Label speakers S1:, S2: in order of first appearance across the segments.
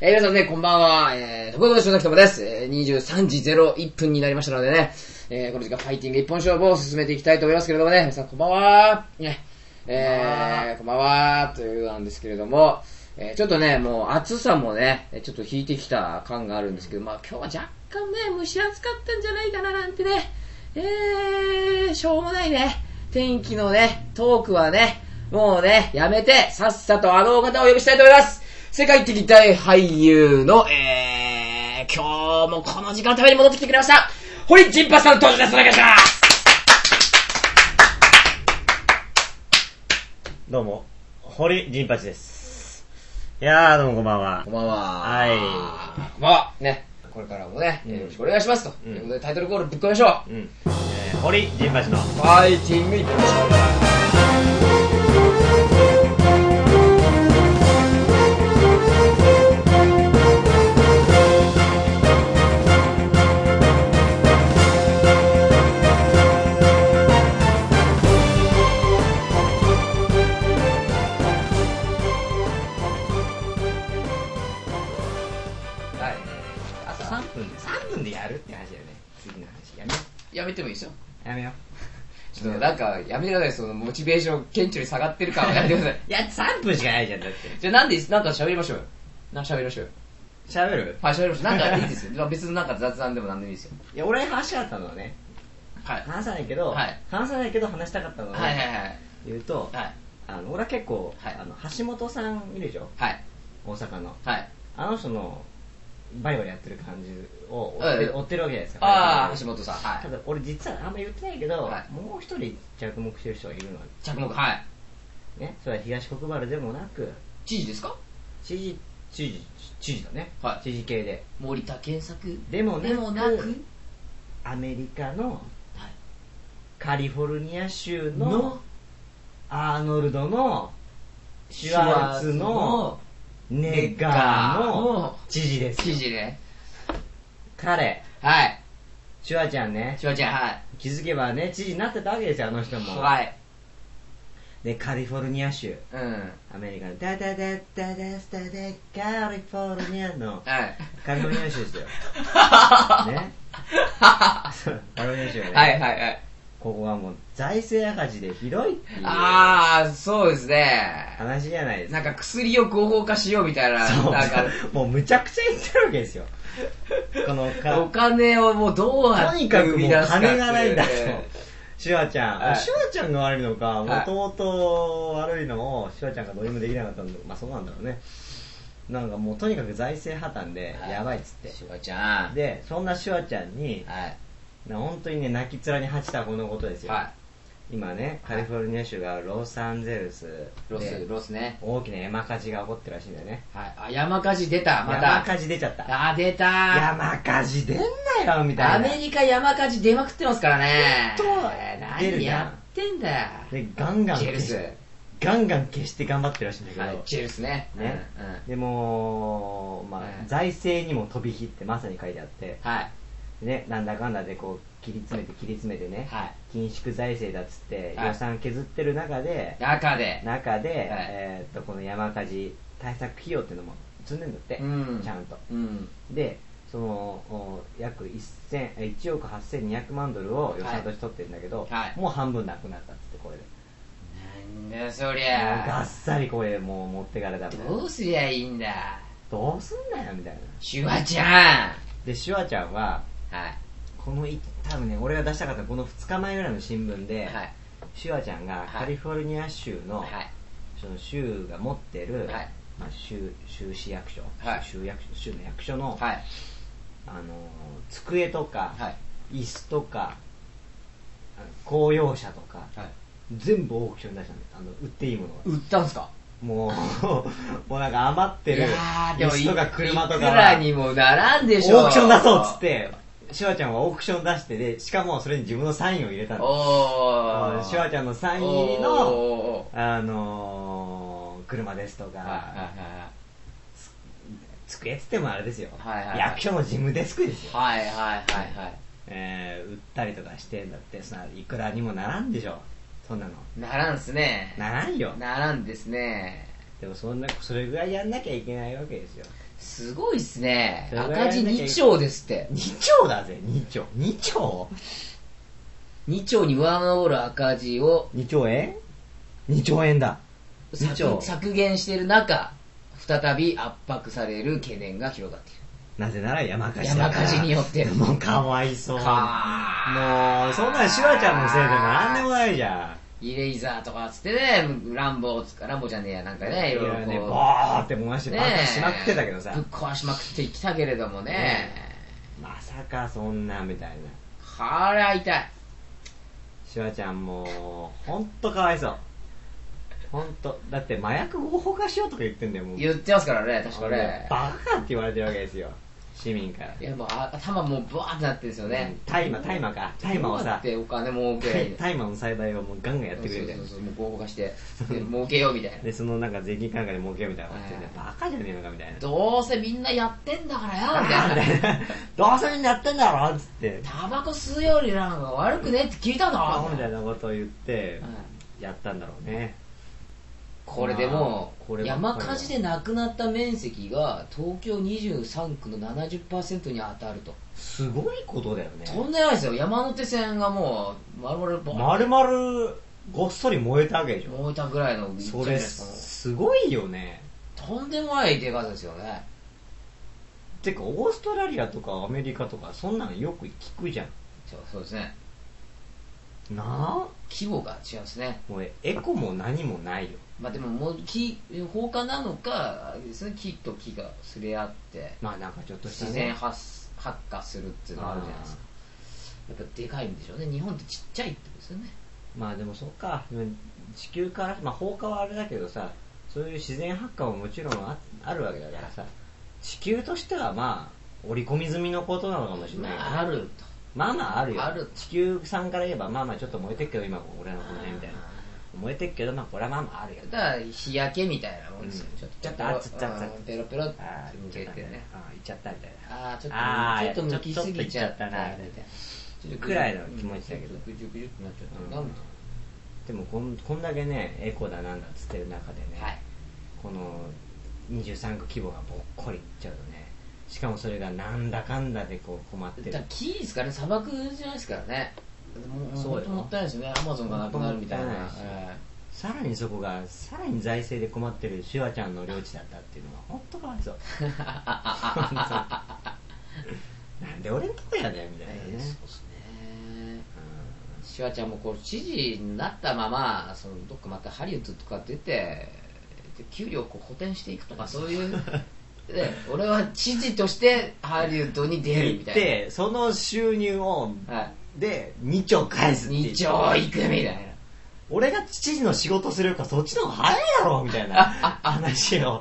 S1: えー皆さんね、こんばんは、えー、とことでしょなきともです。えー、23時01分になりましたのでね、えー、この時間ファイティング一本勝負を進めていきたいと思いますけれどもね、皆さんこんばんは、ね、えー、こんばんは、ということなんですけれども、えー、ちょっとね、もう暑さもね、えーちょっと引いてきた感があるんですけど、まあ今日は若干ね、蒸し暑かったんじゃないかななんてね、えー、しょうもないね、天気のね、トークはね、もうね、やめて、さっさとあのお方をお呼びしたいと思います世界的大俳優の、えー、今日もこの時間のために戻ってきてくれました堀陣パさんの登場ですお願いします
S2: どうも、堀陣八です。いやー、どうもこんばんは
S1: こん。ばんは。
S2: はい
S1: まあ、ね、これからもね、
S2: うん
S1: よろしくお願いしますと。
S2: うん
S1: ということで、タイトルコールぶっ込みましょう。
S2: うん。えー、堀陣八の、
S1: ファイティング一本勝負。はい朝
S2: 3分で、3分でやるって話だよね。次の話。やめよ
S1: やめてもいいですよ。
S2: う。やめよ
S1: ちょっとなんか、やめてください。その、モチベーション、顕著に下がってる感はやめてくださ い。
S2: う。いや、3分しかないじゃん、だって。
S1: じゃあなんでいいっす、なんか喋りましょうよ。なんか喋りましょうよ。
S2: 喋る
S1: はい、喋りましょう。なんかいいですよ。まあ 別になんか雑談でもなんでもいいですよ。
S2: いや、俺話したかったのはね、
S1: はい。
S2: 話さないけど、
S1: はい
S2: 話さないけど話したかったのは、
S1: はいはい
S2: 言うと、
S1: はい。はい。
S2: あの、俺は結構、
S1: はい
S2: あの、橋本さんいるでしょ
S1: はい。
S2: 大阪の。
S1: はい。
S2: あの人の、バリバリやってる感じを追
S1: は
S2: っ
S1: い
S2: て追ってるわけじゃないですか。
S1: ああ、
S2: 橋
S1: 橋本さん。は
S2: た
S1: い。
S2: だ俺実はあんま言ってないけど、
S1: はい
S2: もう一人着目してる人がいるのは
S1: 着目、はい。
S2: ねそれは東国原でもなく
S1: 知事ですか
S2: 知事知事知事だね、
S1: はい
S2: 知事系で
S1: 森田健作。
S2: でもなく
S1: でもなく、
S2: アメリカの
S1: はい
S2: カリフォルニア州の
S1: の
S2: アーノルドのシュワーツのネガーの知事です
S1: 知
S2: よ
S1: 事ね。
S2: 彼
S1: はい。
S2: シュワちゃんね
S1: しばちゃん、はい。
S2: 気づけばね知事になってたわけですよあの人も、
S1: はい。
S2: でカリフォルニア州
S1: うん。
S2: アメリカのダダダダダスダダカリフォルニアの
S1: はい。
S2: カリフォルニア州ですよ。 ね。カリフォルニア州よね。
S1: はいはいはい。
S2: ここはもう財政赤字でひどいっていう
S1: ああ、そうですね。
S2: 話じゃないです
S1: な
S2: か。
S1: んか薬を合法化しようみたいな、
S2: そう
S1: なんか、
S2: もうむちゃくちゃ言ってるわけですよ。この
S1: お
S2: か、
S1: 金をもうどうや
S2: と
S1: って
S2: にかく
S1: 生
S2: も
S1: み
S2: う
S1: 出すかってい
S2: 金
S1: うね
S2: がないんだと。シュワちゃん、
S1: はい
S2: シュワちゃんが悪いのか、
S1: は
S2: も
S1: い
S2: ともと悪いのをシュワちゃんがどうにもできなかったんだまあそうなんだろうね。なんかもうとにかく財政破綻で
S1: はい
S2: やばいっつって。
S1: しばちゃん。
S2: で、そんなシュワちゃんに、
S1: はい。
S2: な本当にね、泣き面に恥じたこのことですよ。
S1: は
S2: 今ね、カリフォルニア州がロサンゼルス
S1: い。ロス
S2: で、
S1: ロスね。
S2: 大きな山火事が起こってるらしいんだよね。
S1: はい。あ、山火事出た、ま
S2: 山
S1: た。
S2: 火事出ちゃった。
S1: あ、出た。
S2: 山火事出んなよみた
S1: ア
S2: いな。
S1: メリカ山火事出まくってますからね。
S2: 本当
S1: えー
S2: 出る
S1: 何
S2: じゃん
S1: やってんだよ。
S2: で、ガンガン
S1: ジェル
S2: 消
S1: ス
S2: し。ガンガン消して頑張ってるらしいんだけど、
S1: はい、ジェルスね。
S2: ね
S1: うん。うん
S2: でもう、まあ
S1: うん
S2: 財政にも飛び火ってまさに書いてあって、
S1: はい。
S2: ね、なんだかんだでこう切り詰めて切り詰めてね、
S1: はい。
S2: 緊縮財政だっつって
S1: はい
S2: 予算削ってる中で、
S1: 中で。
S2: 中で、
S1: はい
S2: えーっとこの山火事対策費用っていうのも積んでんだって、
S1: うん
S2: ちゃんと
S1: うん。
S2: でそのお約1000えー1億8200万ドルを予算として取ってるんだけど、
S1: はい
S2: もう半分なくなったっつってこれで、
S1: なんだよそり
S2: もうが
S1: ゃ
S2: っ。さりこれもう持ってかれたみたいな
S1: どうすりゃいいんだ。
S2: どうすんなよみたいな
S1: シュワちゃ
S2: でシュワちゃんは
S1: ん。はい。
S2: このい多分ね俺が出したかったこの2日前ぐらいの新聞で、
S1: はい。
S2: シュワちゃんが
S1: はい
S2: カリフォルニア州の、
S1: はい。
S2: その州が持ってる、
S1: はい
S2: まあ、州州市役所、
S1: はい
S2: 州役所州の役所の、
S1: はい。
S2: あのー机とか、
S1: はい。
S2: 椅子とかあの公用車とか
S1: はい。
S2: 全部オークションに出したんですあの売っていいものが
S1: 売ったんすか
S2: もう もうなんか余って
S1: い
S2: る
S1: やーで
S2: 椅
S1: もい
S2: 子とか車と
S1: い
S2: か
S1: く
S2: は
S1: らにもならんでしょ
S2: オークション出そうっつってシュワちゃんはオークション出してでしかもそれに自分のサインを入れたんです
S1: おー
S2: シュワちゃんのサイン入りの
S1: お
S2: あのー車ですとか、
S1: ーは
S2: 机っつってもあれですよ、
S1: はいはいはい
S2: 役所の事務デスクです
S1: い
S2: よ、
S1: はいはいはいはいは
S2: えー売ったりとかしてんだってさいくらにもならんでしょそんなの
S1: いならんっすね
S2: ならんよ
S1: ならんですね
S2: でもそんなそれぐらいやんなきゃいけないわけですよ
S1: すごいっすね。
S2: それぐらい
S1: 赤字2兆ですって。
S2: 2兆だぜ、2兆。2兆
S1: 2兆に上回る赤字を
S2: ?2 兆円 ?2 兆円だ。
S1: 削
S2: 二兆
S1: 削減している中、再び圧迫される懸念が広がっている。
S2: なぜなら山火事だ
S1: 山
S2: から
S1: 火事によって。
S2: もうかわいそう。もう、そん
S1: か
S2: なんシュワちゃんのせいでなんでもないじゃ
S1: イレイザーとかっつってね、乱暴つか、乱暴じゃねえや、なんか
S2: ん。
S1: ね、いろいろ
S2: ね、
S1: こう。
S2: バーって燃やして、バ
S1: ね
S2: カ
S1: え
S2: しまくってたけどさ
S1: ぶっ。壊しまくってきたけれどもね。
S2: ねまさかそんな、みたいな。
S1: これは痛い。
S2: シュワちゃんもう、ほんとかわいそう。ほんと。だって麻薬合法化しようとか言ってんだよ、もう。
S1: 言ってますからね、確かね。
S2: バカって言われてるわけですよ。市民から。
S1: いや、もうあ頭もうブワーってなってるんですよね。
S2: 大麻、大麻か。大麻を
S1: どうや
S2: さ
S1: っ、てお金儲けりゃいいの
S2: 大麻の栽培をもうガンガンやってくれるじゃん
S1: そうそうそうもう合法化して、で儲けようみたいな。
S2: で、そのなんか税金かなんかで儲けようみたいなこと言って
S1: はい
S2: て、バカじゃねえのかみたいな。
S1: どうせみんなやってんだから よ、み
S2: なん
S1: たいな。
S2: だよどうせみんなやってんだろっつって、
S1: タバコ吸うよりなんか悪くねえって聞いたんだ
S2: アホ
S1: ろ
S2: みたいなことを言って
S1: うん、
S2: やったんだろうね。
S1: これでも
S2: まあこればっかりは
S1: 山火事で亡くなった面積が東京23区の70%に当たると、
S2: すごいことだよね。
S1: とんでもないですよ山手線がもう丸々ボ
S2: まるまるごっそり燃えたわけでしょ。
S1: 燃えたぐらいの勢い
S2: それ、
S1: です
S2: すごいよね。
S1: もうとんでもない出方ですよね
S2: てか、オーストラリアとかアメリカとか、そんなのよく聞くじゃ
S1: そうそうですね
S2: ん。なあ
S1: 規模が違いますね
S2: もうエコも何も ないよ。
S1: まあでももう木放火なのかあれですね木と木がすれ合って
S2: まあなんかちょっとした
S1: 自
S2: ね
S1: 然発発火するっていうのがあるじゃないですかやっぱでかいんでしょうね日本ってちっちゃいってことですよね
S2: まあでもそっかでも地球から、まあ、放火はあれだけどさそういう自然発火ももちろんああるわけだからさ地球としてはまあ織り込み済みのことなのかもしれないけど
S1: まああると
S2: まあまああるよ
S1: ある
S2: 地球さんから言えばまあまあちょっと燃えてっけど今俺のこの辺みたいな燃えてっけどまあこれはまあまああるよ
S1: だから日焼けみたいなもんですよ、
S2: うん
S1: ちょっと
S2: ちょっとあつっちゃっつっ
S1: うんペロペロって
S2: ああ
S1: 向けてね
S2: ああ行っちゃったみたいな
S1: ああちょっと
S2: あー
S1: ちょっと向きすぎちゃったな
S2: ちょっと
S1: み
S2: 行っち
S1: た
S2: ゃ
S1: いな
S2: くらいの気持ちだけど
S1: ぐじゅぐじゅってなっちゃった、
S2: うん
S1: なんと
S2: でもこんこんだけねエコだなんだっつってる中でね、
S1: はい
S2: この23区規模がぼっこりいっちゃうとねしかもそれがなんだかんだでこう困って
S1: だ
S2: る
S1: から木ですからね砂漠じゃないですからねも
S2: そうよ
S1: 本当もったいないですよねアマゾンがなくなるみたいな
S2: もったいないし
S1: え
S2: さらにそこがさらに財政で困ってるシュワちゃんの領地だったっていうのが本当かわいそう なんで俺んとこやねんみたいなね、
S1: えそうですねシュワちゃんもこう知事になったままそのどっかまたハリウッドとか出てで給料をこう補填していくと かそういうで俺は知事としてハリウッドに出
S2: うん
S1: るみ
S2: 行
S1: た
S2: っ
S1: い
S2: てその収入を
S1: な、はい、
S2: で2兆返すっていう
S1: 2兆行くみたいな
S2: 俺が知事の仕事するよりかそっちの方が早いだろみたいな話を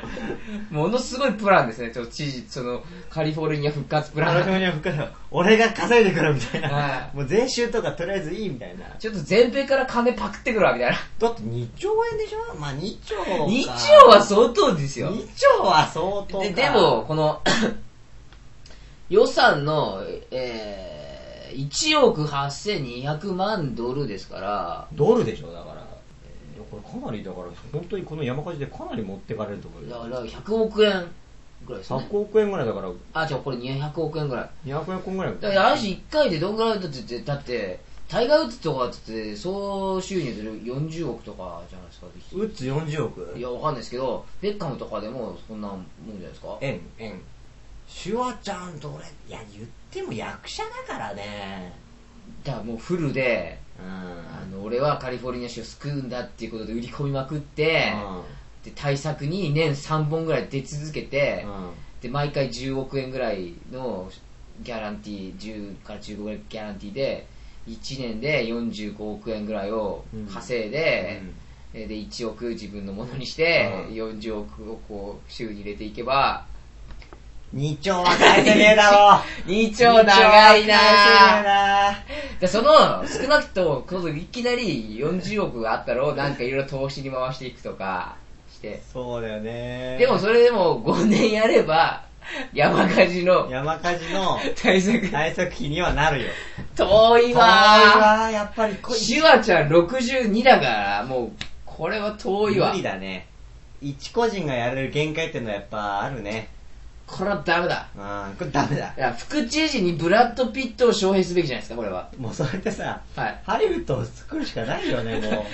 S1: ものすごいプランですねちょっと知事そのカリフォルニア復活プ
S2: ブラ
S1: ラ
S2: ジ
S1: ン
S2: ルには吹かない俺が稼いでくるみたい
S1: は
S2: な。もう税収とかとりあえずいいみたいな。
S1: ちょっと全米から金パクってくるわみたいな
S2: だって2兆円でしょまあ2兆か。
S1: 2兆は相当ですよ
S2: 2兆は相当か
S1: ででも、、この 予算の、えー、1億8200万ドルですから、
S2: ドルでしょだから。これかなりだから、本当にこの山火事でかなり持ってかれるところ
S1: だ
S2: だ
S1: か
S2: よ。
S1: ら100億円ぐらいですね。
S2: 100億円ぐらいだから、
S1: あ、違う、これ200億円ぐらい。
S2: 200億円ぐらい。
S1: だから、ある種1回でどんぐらいだって、だって、タイガーウッズとかだって、総収入で40億とかじゃないですか。
S2: うつ40
S1: い
S2: 億。
S1: や、わかんないですけど、ベッカムとかでもそんなもんじゃないですか。
S2: 円、円。シュワちゃんと俺、いや、言っても役者だからね。
S1: だからもうフルで、
S2: うん。
S1: あの俺はカリフォルニア州を救うんだっていうことで売り込みまくって、で対策に年3本ぐらい出続けて、
S2: うん。うん
S1: で毎回10億円ぐらいのギャランティー10から15ぐらいギャランティーで1年で45億円ぐらいを稼いで,、えで1億自分のものにして、
S2: うん
S1: 40億をこう週に入れていけば
S2: 2兆は返せねえだろ
S1: 2兆長いなぁ
S2: な
S1: でその少なくともいきなり40億があったのをなんかいろいろ投資に回していくとかして
S2: そうだよね
S1: でもそれでも5年やれば山火事の
S2: 山火事の
S1: 対策
S2: 対策費にはなるよ
S1: 遠いわ
S2: はやっぱりこ
S1: ーシュワちゃん62だからもうこれは遠いわ
S2: 無理だね一個人がやれる限界ってのはやっぱあるね
S1: これはダメだ。
S2: あーこれダメだ
S1: いや、副知事にブラッド・ピットを招聘すべきじゃないですか、これは。
S2: もうそれってさ、
S1: はい
S2: ハリウッドを作るしかないよねも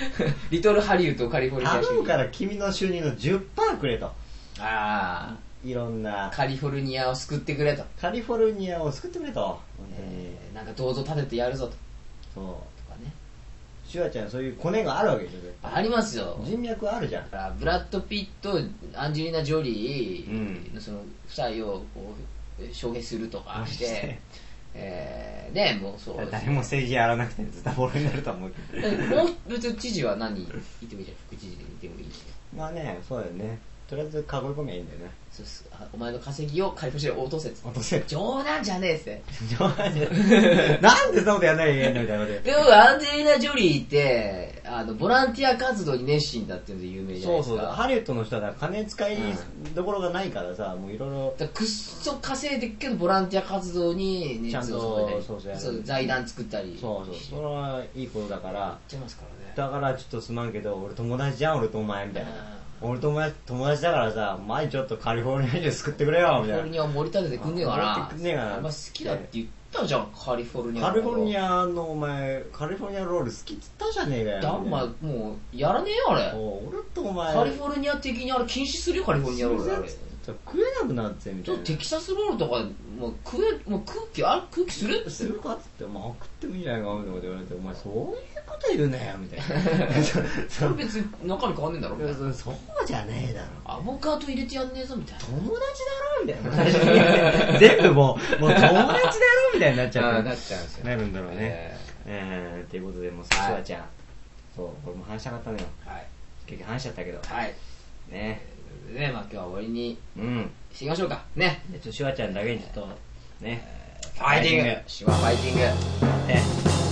S1: リトルハリウッドカリフォ
S2: う
S1: ルニア
S2: 頼
S1: 州
S2: むから君の収入の10%くれと
S1: あ
S2: いろん
S1: あ
S2: な
S1: カリフォルニアを救ってくれと、
S2: カリフォルニアを救ってくれと本当に、
S1: えーなんか銅像立ててやるぞと
S2: そ
S1: とかね
S2: うシュワちゃんそういうコネがあるわけでしょ絶対
S1: ありますよ
S2: 人脈はあるじゃん
S1: だからブラッド・ピットアンジェリーナ・ジョリー
S2: う
S1: のその夫妻をこう招聘するとかし
S2: してて、
S1: えー、ねもうそうです
S2: 誰も政治やらなくてズタボロになると思うけど
S1: えもう別に知事は何言ってもいいじゃん副知事で言ってもいいし
S2: まあねそうだよねとりあえず囲い込みゃいいんだよね
S1: そうっすあお前の稼ぎを解放して落とせっつって
S2: 落と せ
S1: 冗談じゃねえっつって
S2: なんでそんなことやんなきゃいけないんだみたいなことで
S1: でもアンジェリーナ・ジョリーってあのボランティア活動に熱心だっていうので有名じゃない
S2: そう
S1: ですか
S2: そうハリウッドの人はだから金使い
S1: うん
S2: どころがないからさ、もういろいろ
S1: だからくっそ稼いでっけどボランティア活動に熱を注いだり
S2: ちゃんとそうそうやる
S1: そう財団作ったり
S2: そうそう
S1: し
S2: そ
S1: て
S2: れはいいことだから
S1: やってますからね
S2: だからちょっとすまんけど俺友達じゃん俺とお前みたいな
S1: う
S2: 俺友達友達だからさ前ちょっとカリフォルニア州救ってくれよみ
S1: カリフ
S2: た
S1: ォル
S2: い
S1: ニアを盛り立ててくんねえか
S2: 盛り
S1: な
S2: 立ててくんねえかな
S1: お前好きだって言ったじゃんカリフォルニア
S2: なカリフォルニ
S1: ア
S2: アのお前カリフォルニアロール好きっつったじゃねえかよ
S1: だお
S2: みた
S1: 前
S2: いな
S1: もうやらねえよあれ
S2: おう俺とお前
S1: カリフォルニア的にあれ禁止するよカリフォルニアロールあれ
S2: ちょっと食えなくなってみ
S1: ち
S2: た
S1: ょ
S2: い
S1: っ
S2: な
S1: とテキサスロールとかもう食えもう空気あ空気する
S2: するかっつって、まあ、食ってもいいんじゃないかみたいなこと言われて、お前、そういうこと言うなよみたいなそ
S1: これ
S2: う
S1: 別に中身変わんねえんだろみたいな
S2: そうそうじゃねえだろ、
S1: アボカド入れてやんねえぞみたいな
S2: 友達だろみたい な、全部もう、もう友達だろみたいになっちゃ
S1: あ
S2: う
S1: ーなっちゃうんですよ
S2: なるんだろうね。
S1: え
S2: えー、ということで、もう、
S1: は
S2: さ
S1: い
S2: シュワちゃん、そう、俺も話したかったのよ、
S1: ーはい
S2: 結局話しちゃったけど、
S1: はい
S2: ね、
S1: ねまあ今日は終わりに
S2: うん、
S1: していきましょうかね
S2: でちょっとシュワちゃんだけにちょっと、ね、
S1: ファイティングシワファイティング
S2: やって、